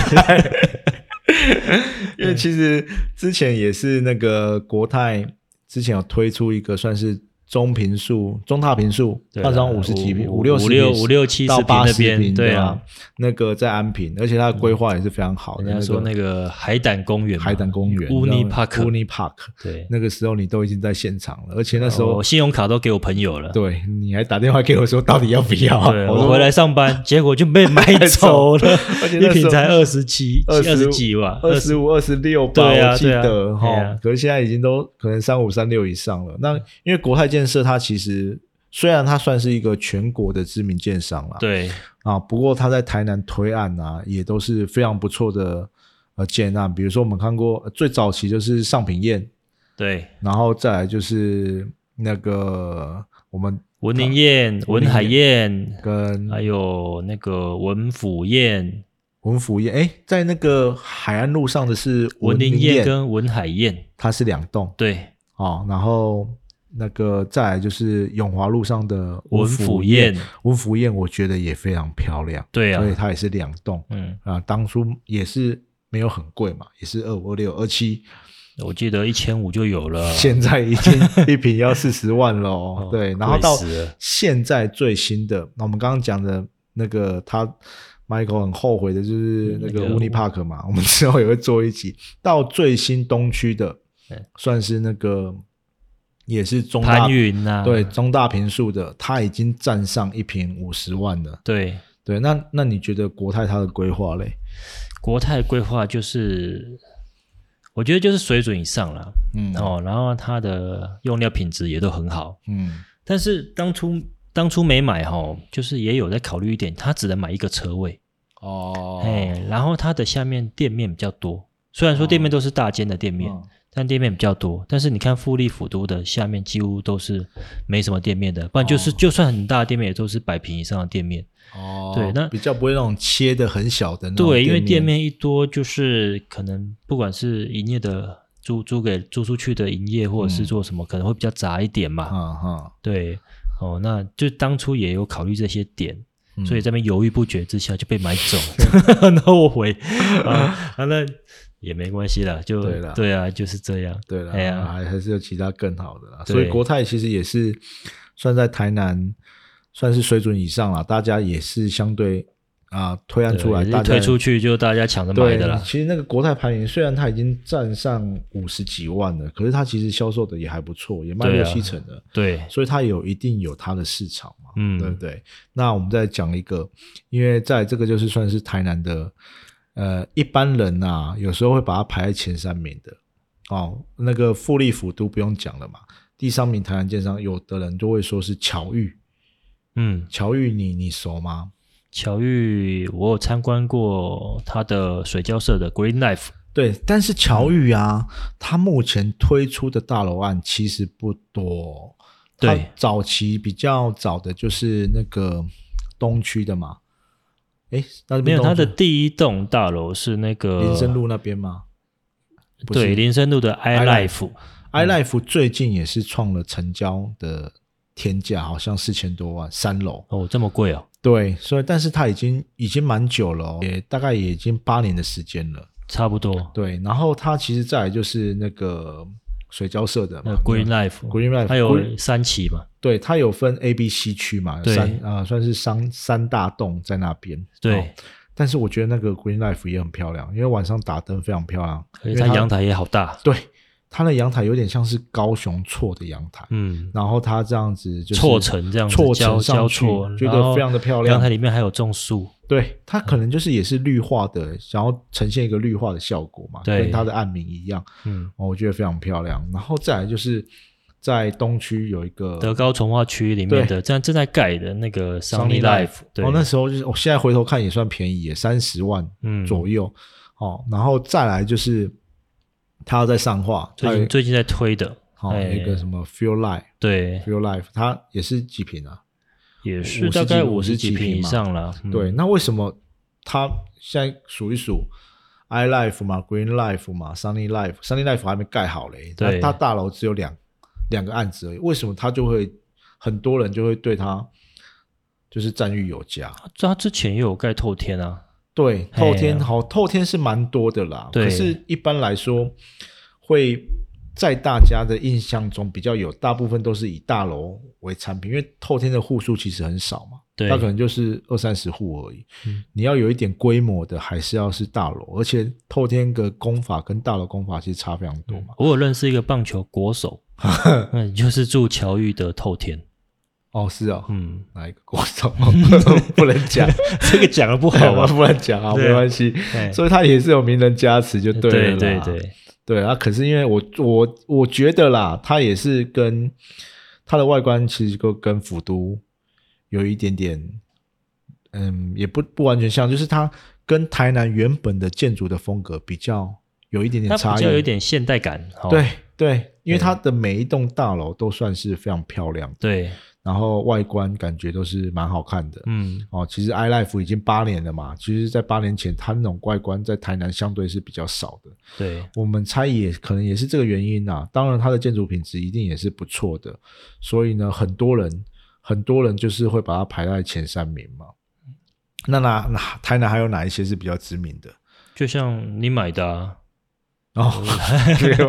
Speaker 1: 因为其实之前也是那个国泰之前有推出一个算是。中平数、中大平数，
Speaker 2: 对
Speaker 1: 那
Speaker 2: 啊
Speaker 1: 张五十几平、
Speaker 2: 五
Speaker 1: 六
Speaker 2: 五
Speaker 1: 十
Speaker 2: 六
Speaker 1: 平
Speaker 2: 五六七十
Speaker 1: 到
Speaker 2: 平
Speaker 1: 八
Speaker 2: 那
Speaker 1: 十
Speaker 2: 边
Speaker 1: 平，
Speaker 2: 对
Speaker 1: 啊
Speaker 2: 啊，
Speaker 1: 那个在安平，而且它的规划也是非常好的。
Speaker 2: 人家说
Speaker 1: 个
Speaker 2: 那个海胆公园嘛，
Speaker 1: 海胆公园
Speaker 2: Uni Park
Speaker 1: Uni Park，
Speaker 2: 对，
Speaker 1: 那个时候你都已经在现场了，而且那时候、
Speaker 2: 哦我信用卡都给我朋友了。
Speaker 1: 对你还打电话给我说到底要不要啊，
Speaker 2: 对，
Speaker 1: 说
Speaker 2: 我回来上班，结果就被买走了，
Speaker 1: 而且
Speaker 2: 一
Speaker 1: 那时
Speaker 2: 瓶
Speaker 1: 候
Speaker 2: 才二十七、二十几吧，
Speaker 1: 二十五、二十六吧，
Speaker 2: 对啊
Speaker 1: 我记
Speaker 2: 对
Speaker 1: 得
Speaker 2: 啊
Speaker 1: 哈、
Speaker 2: 对啊嗯
Speaker 1: 可是现在已经都可能三五、三六以上了。那因为国泰建设，它其实虽然它算是一个全国的知名建商啦，
Speaker 2: 对
Speaker 1: 啊，不过他在台南推案啊，也都是非常不错的呃建案。比如说我们看过呃最早期就是上品宴，
Speaker 2: 对，
Speaker 1: 然后再来就是那个我们
Speaker 2: 文林宴、文海宴，
Speaker 1: 跟
Speaker 2: 还有那个文府宴、
Speaker 1: 文福宴，哎，在那个海岸路上的是
Speaker 2: 文林
Speaker 1: 林
Speaker 2: 宴
Speaker 1: 宴，
Speaker 2: 跟文海宴，
Speaker 1: 它是两栋
Speaker 2: 对，
Speaker 1: 哦，然后。那个再来就是永华路上的
Speaker 2: 文府
Speaker 1: 府
Speaker 2: 宴，，
Speaker 1: 文福宴我觉得也非常漂亮，
Speaker 2: 对啊
Speaker 1: 所，以它也是两栋
Speaker 2: 嗯，
Speaker 1: 啊，当初也是没有很贵嘛，也是二五二六二七，
Speaker 2: 我记得一千五就有了，
Speaker 1: 现在已经一瓶要四十万了哦
Speaker 2: 嗯 哦。
Speaker 1: 对，然后到
Speaker 2: 贵死了
Speaker 1: 现在最新的，那我们刚刚讲的那个他 Michael 很后悔的就是那个
Speaker 2: 嗯那个
Speaker 1: Uni Park 嘛， 我们之后也会做一集。到最新东区的
Speaker 2: 对，
Speaker 1: 算是那个也是中大
Speaker 2: 潘啊云呐，
Speaker 1: 对中大平数的，它已经站上一瓶五十万了。
Speaker 2: 对，
Speaker 1: 对，那那你觉得国泰它的规划嘞？
Speaker 2: 国泰规划就是，我觉得就是水准以上了，
Speaker 1: 嗯
Speaker 2: 哦，然后它的用料品质也都很好，
Speaker 1: 嗯，
Speaker 2: 但是当初当初没买哈、就是也有在考虑一点，它只能买一个车位，
Speaker 1: 哦
Speaker 2: 哎、然后它的下面店面比较多，虽然说店面都是大间的店面，
Speaker 1: 嗯
Speaker 2: 但店面比较多，但是你看富丽府都的下面几乎都是没什么店面的，不然就是、就算很大的店面也都是百平以上的店面，
Speaker 1: 哦
Speaker 2: 对那
Speaker 1: 比较不会那种切的很小的那种
Speaker 2: 对，因为店
Speaker 1: 面
Speaker 2: 面一多，就是可能不管是营业的租租给租出去的营业，或者是
Speaker 1: 嗯
Speaker 2: 做什么，可能会比较杂一点嘛。
Speaker 1: 啊哈，
Speaker 2: 对，哦，那就当初也有考虑这些点，
Speaker 1: 嗯
Speaker 2: 所以这边犹豫不决之下就被买走， 很后悔 啊。啊那也没关系啦，就
Speaker 1: 对啦
Speaker 2: 啊，就是这样。
Speaker 1: 对了，
Speaker 2: 哎呀
Speaker 1: 还还是有其他更好的啦。
Speaker 2: 对
Speaker 1: 所以国泰其实也是算在台南算是水准以上了，大家也是相对啊、推案
Speaker 2: 对
Speaker 1: 出来，
Speaker 2: 也是
Speaker 1: 大家
Speaker 2: 推出去就大家抢着买
Speaker 1: 对
Speaker 2: 的啦。
Speaker 1: 其实那个国泰排名虽然它已经占上五十几万了，可是它其实销售的也还不错，也卖
Speaker 2: 对
Speaker 1: 六
Speaker 2: 啊
Speaker 1: 七成的。
Speaker 2: 对，
Speaker 1: 所以它有一定有它的市场嘛，
Speaker 2: 嗯
Speaker 1: 对不对？那我们再讲一个，因为在这个就是算是台南的，呃，一般人啊，有时候会把它排在前三名的，哦，那个富力府都不用讲了嘛，第三名台南建商，有的人就会说是巧遇，
Speaker 2: 嗯，
Speaker 1: 巧遇你你熟吗？
Speaker 2: 巧遇我有参观过他的水交社的 Green Life。
Speaker 1: 对，但是
Speaker 2: 嗯
Speaker 1: 巧遇啊，它目前推出的大楼案其实不多。它
Speaker 2: 对
Speaker 1: 早期比较早的就是那个东区的嘛，诶，那
Speaker 2: 没有，
Speaker 1: 它
Speaker 2: 它的第一栋大楼是那个
Speaker 1: 林森路那边吗？不
Speaker 2: 呃对，嗯
Speaker 1: 是
Speaker 2: 林森路的 i life，
Speaker 1: iLife 最近也是创了成交的天价，好像四千多万，三楼。
Speaker 2: 哦，这么贵哦，
Speaker 1: 对，所以但是它已经已经蛮久了、哦，也大概也已经八年的时间了。
Speaker 2: 差不多。
Speaker 1: 对，然后它其实再来就是那个水交社的嘛
Speaker 2: 那呃 Green Life，
Speaker 1: Green Life，
Speaker 2: 它
Speaker 1: Green-
Speaker 2: 有三期嘛？
Speaker 1: 对，它有分 A、B、C 区嘛，
Speaker 2: 对
Speaker 1: 三啊、算是三三大栋在那边。
Speaker 2: 对
Speaker 1: 哦但是我觉得那个 Green Life 也很漂亮，因为晚上打灯非常漂亮，
Speaker 2: 而且
Speaker 1: 因为
Speaker 2: 它阳台也好大，
Speaker 1: 对它的阳台有点像是高雄错的阳台，
Speaker 2: 嗯，
Speaker 1: 然后它这样子就是
Speaker 2: 错层这样子
Speaker 1: 错
Speaker 2: 交
Speaker 1: 层上
Speaker 2: 交
Speaker 1: 去
Speaker 2: 错，，
Speaker 1: 觉
Speaker 2: 然
Speaker 1: 得
Speaker 2: 后
Speaker 1: 非常的漂
Speaker 2: 阳
Speaker 1: 亮
Speaker 2: 台。嗯里面还有种树，
Speaker 1: 对，它可能就是也是绿化的，想要呈现一个绿化的效果嘛，
Speaker 2: 对
Speaker 1: 跟它的暗名一样，
Speaker 2: 嗯，
Speaker 1: 哦，我觉得非常漂亮。然后再来就是在东区有一个哦
Speaker 2: 德高从化区里面的正正在盖的那个 Sunny Life，对
Speaker 1: 哦，，那时候就是我、现在回头看也算便宜耶，三十万
Speaker 2: 嗯
Speaker 1: 左右、哦。然后再来就是他要在上画，他
Speaker 2: 最
Speaker 1: 有
Speaker 2: 近最近在推的，
Speaker 1: 哦
Speaker 2: 哎
Speaker 1: 哎那个什么 Feel Life，Feel
Speaker 2: 对，
Speaker 1: Life，它也是几平啊？
Speaker 2: 也是
Speaker 1: 五十
Speaker 2: 大
Speaker 1: 几
Speaker 2: 概
Speaker 1: 五
Speaker 2: 五
Speaker 1: 十
Speaker 2: 十几
Speaker 1: 几
Speaker 2: 平
Speaker 1: 平
Speaker 2: 以
Speaker 1: 嘛
Speaker 2: 上啦，嗯
Speaker 1: 对，那为什么它现在数一数，I Life 嘛，Green Life 嘛，Sunny Life，Sunny Life 还没盖好嘞，它
Speaker 2: 对
Speaker 1: 它大楼只有两两个案子而已，为什么它就会很多人就会对它就是赞誉有加？
Speaker 2: 它之前也有盖透天啊，
Speaker 1: 对，
Speaker 2: 嘿啊
Speaker 1: 透天好，透天是蛮多的啦。
Speaker 2: 对
Speaker 1: 可是一般来说，会在大家的印象中比较有，大部分都是以大楼为产品，因为透天的户数其实很少嘛，
Speaker 2: 对
Speaker 1: 它可能就是二三十户而已。
Speaker 2: 嗯
Speaker 1: 你要有一点规模的，还是要是大楼，而且透天的工法跟大楼工法其实差非常多嘛。
Speaker 2: 我有认识一个棒球 国手，嗯，就是住侨玉的透天，
Speaker 1: 哦，是啊、哦，
Speaker 2: 嗯，
Speaker 1: 哪一个国手不能讲，
Speaker 2: 这个讲的不
Speaker 1: 好吧，？不能讲啊，
Speaker 2: 对
Speaker 1: 没关系。
Speaker 2: 哎
Speaker 1: 所以他也是有名人加持，就对了
Speaker 2: 对
Speaker 1: 啦
Speaker 2: 对对，
Speaker 1: 对啊，可是因为我我我觉得啦，它也是跟它的外观其实就跟府都有一点点，嗯，也不不完全像，就是它跟台南原本的建筑的风格比较有一点点
Speaker 2: 它
Speaker 1: 差
Speaker 2: 比
Speaker 1: 异，
Speaker 2: 较有点现代感，哦
Speaker 1: 对对，因为它的每一栋大楼都算是非常漂亮，
Speaker 2: 对，
Speaker 1: 然后外观感觉都是蛮好看的。
Speaker 2: 嗯，
Speaker 1: 哦，其实 iLife 已经八年了嘛，其实，在八年前，它那种外观在台南相对是比较少的。
Speaker 2: 对，
Speaker 1: 我们猜也可能也是这个原因啊。当然，它的建筑品质一定也是不错的，所以呢，很多人很多人就是会把它排在前三名嘛。那哪哪台南还有哪一些是比较知名的？
Speaker 2: 就像你买的 啊，
Speaker 1: 然 后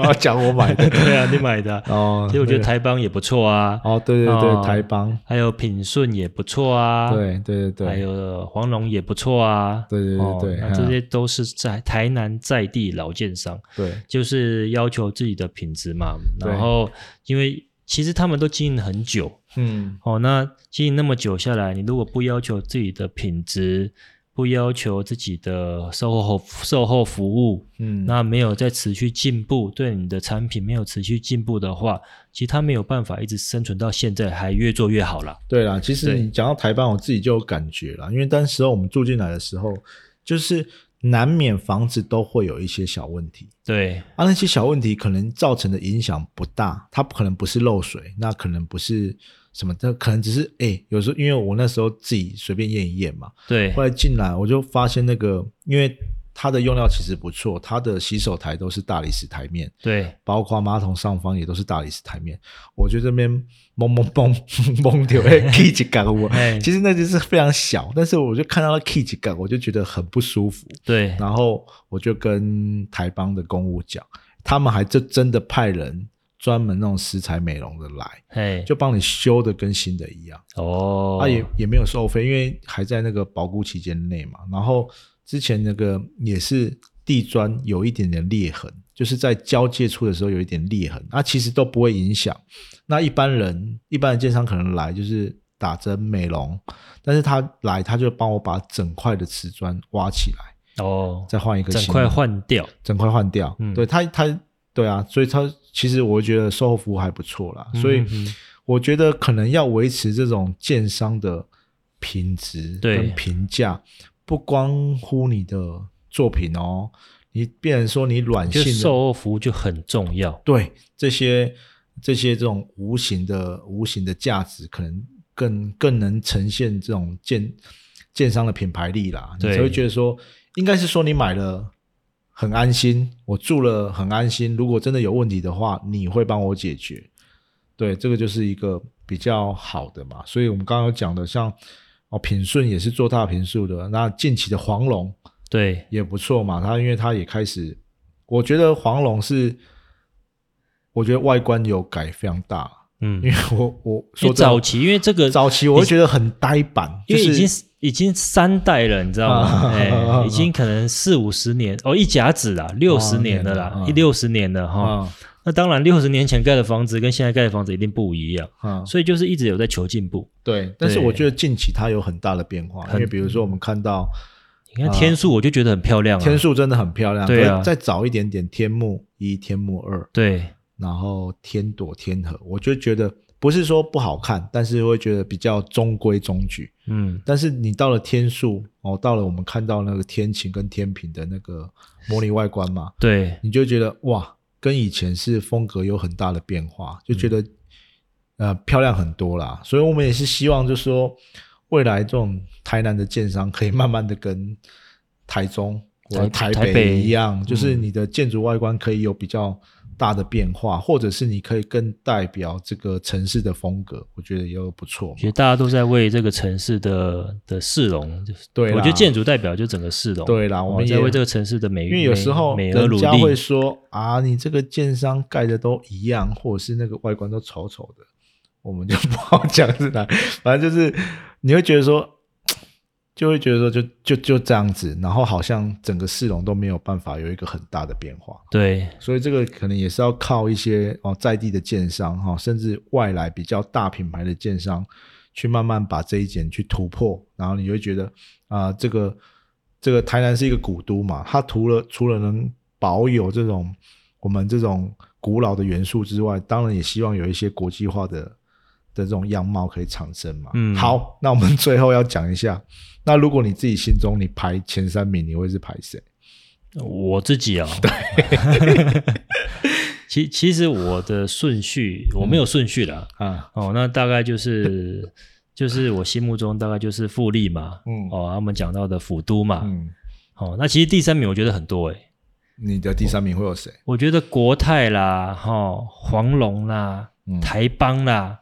Speaker 1: 我要讲我买的
Speaker 2: 对啊，你买的啊，
Speaker 1: 哦，
Speaker 2: 其实我觉得
Speaker 1: 那个
Speaker 2: 台邦也不错啊，
Speaker 1: 哦，对对对，
Speaker 2: 哦
Speaker 1: 台邦，
Speaker 2: 还有品顺也不错啊，，
Speaker 1: 对对对对，
Speaker 2: 还有黄龙也不错啊，
Speaker 1: 对对对
Speaker 2: 哦
Speaker 1: 对
Speaker 2: 那
Speaker 1: 嗯
Speaker 2: 这些都是在台南在地老建商，
Speaker 1: 对
Speaker 2: 就是要求自己的品质嘛，
Speaker 1: 对
Speaker 2: 然后因为其实他们都经营很久，
Speaker 1: 嗯
Speaker 2: 哦，那经营那么久下来，你如果不要求自己的品质，不要求自己的售后售后服务，
Speaker 1: 嗯，
Speaker 2: 那没有再持续进步，对你的产品没有持续进步的话，其实它没有办法一直生存到现在，还越做越好啦。
Speaker 1: 对啦，其实
Speaker 2: 对
Speaker 1: 你讲到台办，我自己就有感觉啦，因为当时候我们住进来的时候，就是难免房子都会有一些小问题。
Speaker 2: 对
Speaker 1: 啊，那些小问题可能造成的影响不大，它可能不是漏水，那可能不是什么，它可能只是哎、有时候因为我那时候自己随便验一验嘛，
Speaker 2: 对
Speaker 1: 后来进来我就发现那个，因为它的用料其实不错，它的洗手台都是大理石台面，
Speaker 2: 对，
Speaker 1: 包括马桶上方也都是大理石台面，我就这边蒙蒙蒙 蒙掉，哎，key 几杠我
Speaker 2: 哎，
Speaker 1: 其实那就是非常小，但是我就看到了 key 几杠，我就觉得很不舒服。
Speaker 2: 对
Speaker 1: 然后我就跟台邦的公务讲，他们还就真的派人专门那种食材美容的来，
Speaker 2: 哎，
Speaker 1: 就帮你修的跟新的一样。
Speaker 2: 哦，
Speaker 1: 他、也也没有收费，因为还在那个保固期间内嘛。然后之前那个也是地砖有一点点裂痕，就是在交界处的时候有一点裂痕，那、其实都不会影响。那一般人一般的建商可能来就是打针美容，但是他来他就帮我把整块的瓷砖挖起来。
Speaker 2: 哦，
Speaker 1: 再换一个
Speaker 2: 整
Speaker 1: 新的
Speaker 2: 块换掉，
Speaker 1: 整块换掉。
Speaker 2: 嗯
Speaker 1: 对他，他对啊，所以他其实我觉得售后服务还不错啦。所以
Speaker 2: 嗯嗯嗯
Speaker 1: 我觉得可能要维持这种建商的品质
Speaker 2: 对
Speaker 1: 跟评价，不光乎你的作品哦，你变成说你软
Speaker 2: 嗯就
Speaker 1: 性
Speaker 2: 售
Speaker 1: 的，
Speaker 2: 后服务就很重要。
Speaker 1: 对这些这些这种无形的无形的价值，可能更更能呈现这种建建商的品牌力啦。你
Speaker 2: 对
Speaker 1: 才会觉得说，应该是说你买了很安心，我住了很安心。如果真的有问题的话，你会帮我解决。对，这个就是一个比较好的嘛。所以我们刚刚有讲的，像哦品顺也是做大平数的，那近期的黄龙
Speaker 2: 对，
Speaker 1: 也不错嘛。他因为他也开始，我觉得黄龙是，我觉得外观有改非常大，
Speaker 2: 嗯
Speaker 1: 因，为我我
Speaker 2: 因
Speaker 1: 说真的
Speaker 2: 为早期因为这个，
Speaker 1: 早期我会觉得很呆板，
Speaker 2: 因为
Speaker 1: 就
Speaker 2: 已
Speaker 1: 是
Speaker 2: 经、已经三代了，你知道吗？
Speaker 1: 啊
Speaker 2: 哎、
Speaker 1: 啊 啊啊
Speaker 2: 已经可能四五十年哦，一甲子啦，六十年的啦
Speaker 1: 啊，
Speaker 2: 一六十年了哈。
Speaker 1: 啊
Speaker 2: 那当然，六十年前盖的房子跟现在盖的房子一定不一样，
Speaker 1: 啊，
Speaker 2: 所以就是一直有在求进步。
Speaker 1: 对。但是
Speaker 2: 对
Speaker 1: 我觉得近期它有很大的变化，因为比如说我们看到
Speaker 2: 你看天数，我就觉得很漂亮
Speaker 1: 啊
Speaker 2: 啊。
Speaker 1: 天数真的很漂亮，
Speaker 2: 对啊
Speaker 1: 可是再早一点点，天幕一、天幕二，
Speaker 2: 对
Speaker 1: 然后天朵、天河，我就觉得不是说不好看，但是会觉得比较中规中矩。
Speaker 2: 嗯，
Speaker 1: 但是你到了天数哦，到了我们看到那个天晴跟天平的那个模拟外观嘛，
Speaker 2: 对，
Speaker 1: 你就觉得哇，跟以前是风格有很大的变化，就觉得、
Speaker 2: 嗯
Speaker 1: 呃漂亮很多啦。所以我们也是希望，就是说未来这种台南的建商可以慢慢的跟台中或者
Speaker 2: 台
Speaker 1: 台
Speaker 2: 台北嗯
Speaker 1: 北一样，就是你的建筑外观可以有比较大的变化，或者是你可以更代表这个城市的风格，我觉得也有不错嘛
Speaker 2: 其。实大家都在为这个城市的的市容，就是
Speaker 1: 对啦
Speaker 2: 我觉得建筑代表就整个市容。
Speaker 1: 对啦，
Speaker 2: 哦，
Speaker 1: 我们也
Speaker 2: 在为这个城市的美，
Speaker 1: 因为有时候
Speaker 2: 美美而努
Speaker 1: 人家
Speaker 2: 力
Speaker 1: 会。说啊，你这个建商盖的都一样，或者是那个外观都丑丑的，我们就 不好讲是哪。反正就是你会觉得说，就会觉得说就就就这样子，然后好像整个市容都没有办法有一个很大的变化，
Speaker 2: 对，
Speaker 1: 所以这个可能也是要靠一些哦在地的建商哈、甚至外来比较大品牌的建商去慢慢把这一点去突破，然后你会觉得啊、这个这个台南是一个古都嘛，它除了除了能保有这种我们这种古老的元素之外，当然也希望有一些国际化的的这种样貌可以产生嘛。
Speaker 2: 嗯
Speaker 1: 好，那我们最后要讲一下，那如果你自己心中你排前三名，你会是排谁？
Speaker 2: 我自己啊、对， 其其实我的顺序我没有顺序啦。
Speaker 1: 啊，
Speaker 2: 哦，那大概就是 就是我心目中大概就是富力嘛，
Speaker 1: 嗯
Speaker 2: 哦，他们讲到的府都嘛，
Speaker 1: 嗯，
Speaker 2: 哦，那其实第三名我觉得很多诶、欸
Speaker 1: 你的第三名会有谁？
Speaker 2: 我觉得国泰啦，哈、哦，黄龙啦，
Speaker 1: 嗯
Speaker 2: 台邦啦，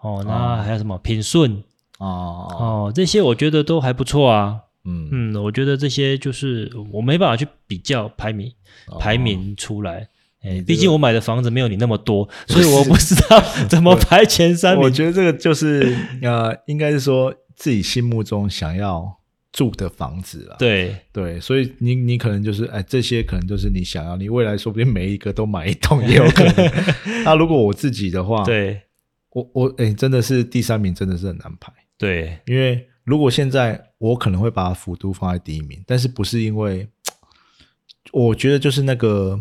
Speaker 2: 哦，那还有什么品顺
Speaker 1: 哦，
Speaker 2: 哦，这些我觉得都还不错啊。
Speaker 1: 嗯，
Speaker 2: 嗯，我觉得这些就是我没办法去比较排名
Speaker 1: 嗯
Speaker 2: 排名出来。哎，
Speaker 1: 哦这
Speaker 2: 毕
Speaker 1: 个
Speaker 2: 竟我买的房子没有你那么多，所以我不知道怎么排前三
Speaker 1: 我
Speaker 2: 名。
Speaker 1: 觉得这个就是 呃，应该是说自己心目中想要住的房子啦。
Speaker 2: 对
Speaker 1: 对，所以你你可能就是哎，这些可能就是你想要，你未来说不定每一个都买一栋也有可 能。那如果我自己的话，
Speaker 2: 对
Speaker 1: 我我哎，真的是第三名真的是很难排，
Speaker 2: 对，
Speaker 1: 因为如果现在我可能会把幅度放在第一名，但是不是因为，我觉得就是那个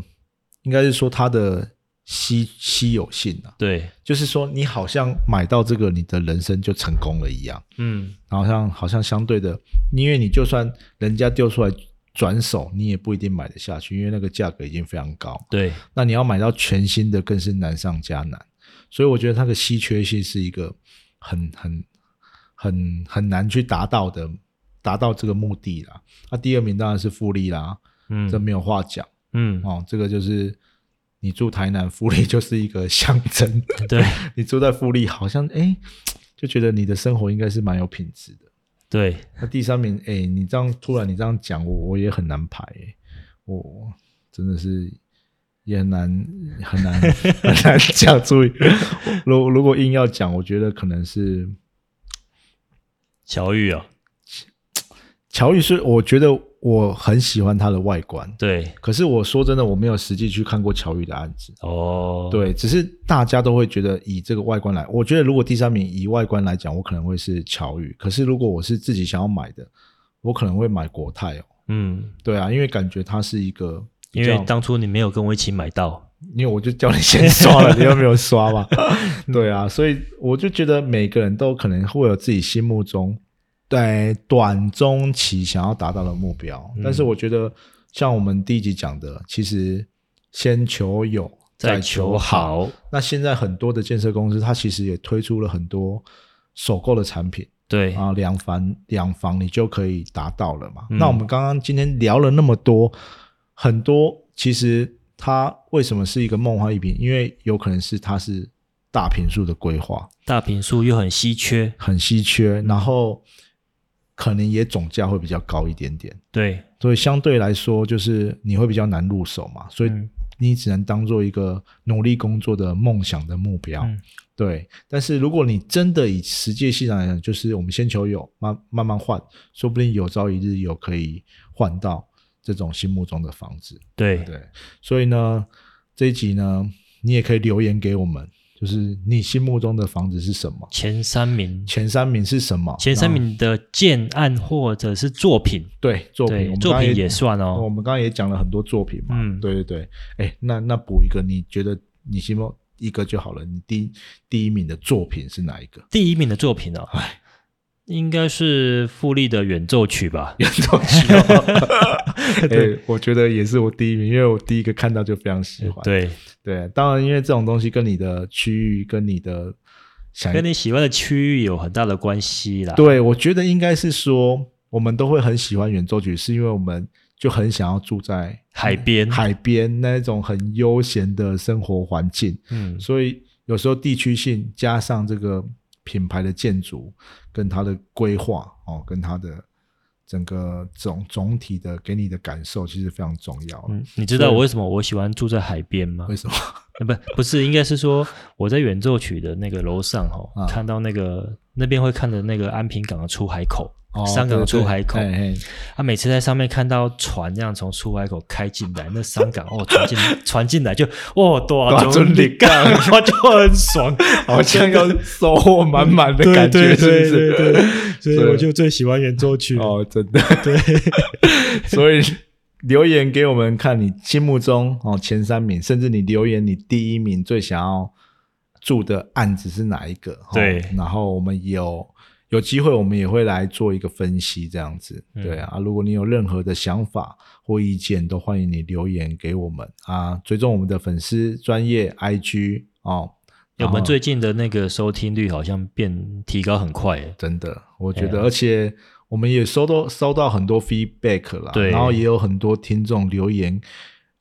Speaker 1: 应该是说它的稀稀有性啊，
Speaker 2: 对，
Speaker 1: 就是说你好像买到这个，你的人生就成功了一样。
Speaker 2: 嗯，
Speaker 1: 然后像好像相对的，因为你就算人家丢出来转手，你也不一定买得下去，因为那个价格已经非常高。
Speaker 2: 对
Speaker 1: 那你要买到全新的，更是难上加难。所以我觉得它的稀缺性是一个很很很很难去达到的，达到这个目的啦。那、第二名当然是复利啦，这
Speaker 2: 嗯
Speaker 1: 没有话讲
Speaker 2: 嗯，
Speaker 1: 哦。这个就是你住台南，复利就是一个象征。
Speaker 2: 对
Speaker 1: 你住在富丽，好像哎、诶就觉得你的生活应该是蛮有品质的。
Speaker 2: 对，
Speaker 1: 那第三名，哎、你这样突然你这样讲，我我也很难排、诶我真的是也很难很难 很难讲出。 如如果硬要讲，我觉得可能是
Speaker 2: 小玉哦，
Speaker 1: 乔宇是，我觉得我很喜欢它的外观，
Speaker 2: 对
Speaker 1: 可是我说真的，我没有实际去看过乔宇的案子。
Speaker 2: 哦，
Speaker 1: 对，只是大家都会觉得以这个外观来，我觉得如果第三名以外观来讲，我可能会是乔宇。可是如果我是自己想要买的，我可能会买国泰哦。
Speaker 2: 嗯，
Speaker 1: 对啊，因为感觉它是一个比
Speaker 2: 因
Speaker 1: 较，
Speaker 2: 为当初你没有跟我一起买到，
Speaker 1: 因为我就叫你先刷 了，你又没有刷嘛。对啊，所以我就觉得每个人都可能会有自己心目中对短中期想要达到的目标，
Speaker 2: 嗯
Speaker 1: 但是我觉得像我们第一集讲的，其实先求有。
Speaker 2: 再
Speaker 1: 求
Speaker 2: 求好，
Speaker 1: 那现在很多的建设公司，它其实也推出了很多首购的产品
Speaker 2: 对
Speaker 1: 啊，两房两房你就可以达到了嘛。
Speaker 2: 嗯
Speaker 1: 那我们刚刚今天聊了那么多，很多其实它为什么是一个梦幻一品？因为有可能是它是大平数的规划，
Speaker 2: 大平数又很稀缺，
Speaker 1: 很稀缺，然后可能也总价会比较高一点点，
Speaker 2: 对，
Speaker 1: 所以相对来说就是你会比较难入手嘛，所以
Speaker 2: 嗯
Speaker 1: 你只能当做一个努力工作的梦想的目标。
Speaker 2: 嗯
Speaker 1: 对，但是如果你真的以实际性来讲，就是我们先求有，慢慢慢换，说不定有朝一日有可以换到这种心目中的房子。
Speaker 2: 对，
Speaker 1: 对，所以呢，这一集呢，你也可以留言给我们，就是你心目中的房子是什么，
Speaker 2: 前三名，
Speaker 1: 前三名是什么，
Speaker 2: 前三
Speaker 1: 然后
Speaker 2: 名的建案或者是作品，
Speaker 1: 对作品，我
Speaker 2: 对，
Speaker 1: 们
Speaker 2: 作
Speaker 1: 刚刚
Speaker 2: 品也算
Speaker 1: 哦我
Speaker 2: 哦。
Speaker 1: 们刚刚也讲了很多作品嘛，
Speaker 2: 嗯
Speaker 1: 对对对，哎，那那补一个，你觉得你心目一个就好了，你第一第一名的作品是哪一个？
Speaker 2: 第一名的作品哦，应该是富丽的演奏曲吧？
Speaker 1: 演奏曲哦， 对，我觉得也是我第一名，因为我第一个看到就非常喜欢。
Speaker 2: 对，
Speaker 1: 对，当然因为这种东西跟你的区域跟你的想
Speaker 2: 跟你喜欢的区域有很大的关系啦。
Speaker 1: 对，我觉得应该是说，我们都会很喜欢圆周局，是因为我们就很想要住在
Speaker 2: 海边
Speaker 1: 海边那一种很悠闲的生活环境，
Speaker 2: 嗯，
Speaker 1: 所以有时候地区性加上这个品牌的建筑跟它的规划哦，跟它的整个总总体的给你的感受，其实非常重要。
Speaker 2: 嗯，你知道我为什么我喜欢住在海边吗
Speaker 1: 为？什么？
Speaker 2: 呃不，不是，应该是说我在演奏曲的那个楼上哦，
Speaker 1: 啊
Speaker 2: 看到那个那边会看着那个安平港的出海口
Speaker 1: 哦，
Speaker 2: 香港
Speaker 1: 对对
Speaker 2: 的出海口
Speaker 1: 嘿嘿
Speaker 2: 啊，每次在上面看到船这样从出海口开进来，那香港哦，船进船进来就哦， 多
Speaker 1: 大
Speaker 2: 少
Speaker 1: 尊力
Speaker 2: 干，我就很爽，
Speaker 1: 好像要收获满满的感觉，是
Speaker 2: 对
Speaker 1: 不
Speaker 2: 对
Speaker 1: 是？
Speaker 2: 对对对，所以
Speaker 1: 对
Speaker 2: 我就最喜欢圆周曲。
Speaker 1: 哦，真的对， 所以留言给我们看你心目中哦前三名，甚至你留言你第一名最想要住的案子是哪一个？哦
Speaker 2: 对
Speaker 1: 然后我们有有机会，我们也会来做一个分析，这样子。
Speaker 2: 嗯
Speaker 1: 对啊，如果你有任何的想法或意见，都欢迎你留言给我们啊，追踪我们的粉丝专业 IG 哦。
Speaker 2: 我
Speaker 1: 然
Speaker 2: 们
Speaker 1: 后
Speaker 2: 最近的那个收听率好像变提高很快耶，
Speaker 1: 真的，我觉
Speaker 2: 对啊
Speaker 1: 得，而且我们也收到收到很多 feedback 啦，
Speaker 2: 对
Speaker 1: 然后也有很多听众留言，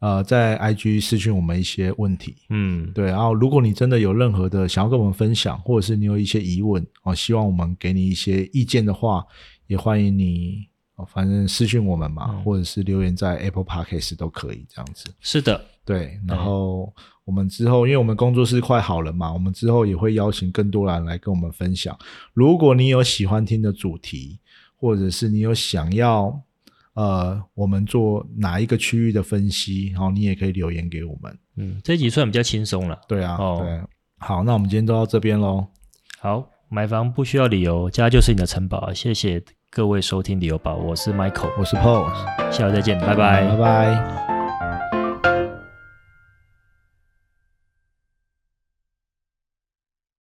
Speaker 1: 呃，在 IG 私讯我们一些问题，
Speaker 2: 嗯，
Speaker 1: 对，然后如果你真的有任何的想要跟我们分享，或者是你有一些疑问哦，希望我们给你一些意见的话，也欢迎你，哦、反正私讯我们嘛，
Speaker 2: 嗯
Speaker 1: 或者是留言在 Apple Podcast 都可以这样子。
Speaker 2: 是的，
Speaker 1: 对，
Speaker 2: 对
Speaker 1: 然后我们之后，因为我们工作室快好了嘛，我们之后也会邀请更多人来跟我们分享。如果你有喜欢听的主题，或者是你有想要呃我们做哪一个区域的分析，然后你也可以留言给我们。
Speaker 2: 嗯，这一集算比较轻松了。
Speaker 1: 对啊，
Speaker 2: 哦
Speaker 1: 对，好，那我们今天都到这边喽。
Speaker 2: 好，买房不需要理由，家就是你的城堡。谢谢各位收听理由吧，我是 Michael，
Speaker 1: 我是 Pose，
Speaker 2: 下回再见，拜
Speaker 1: 拜拜。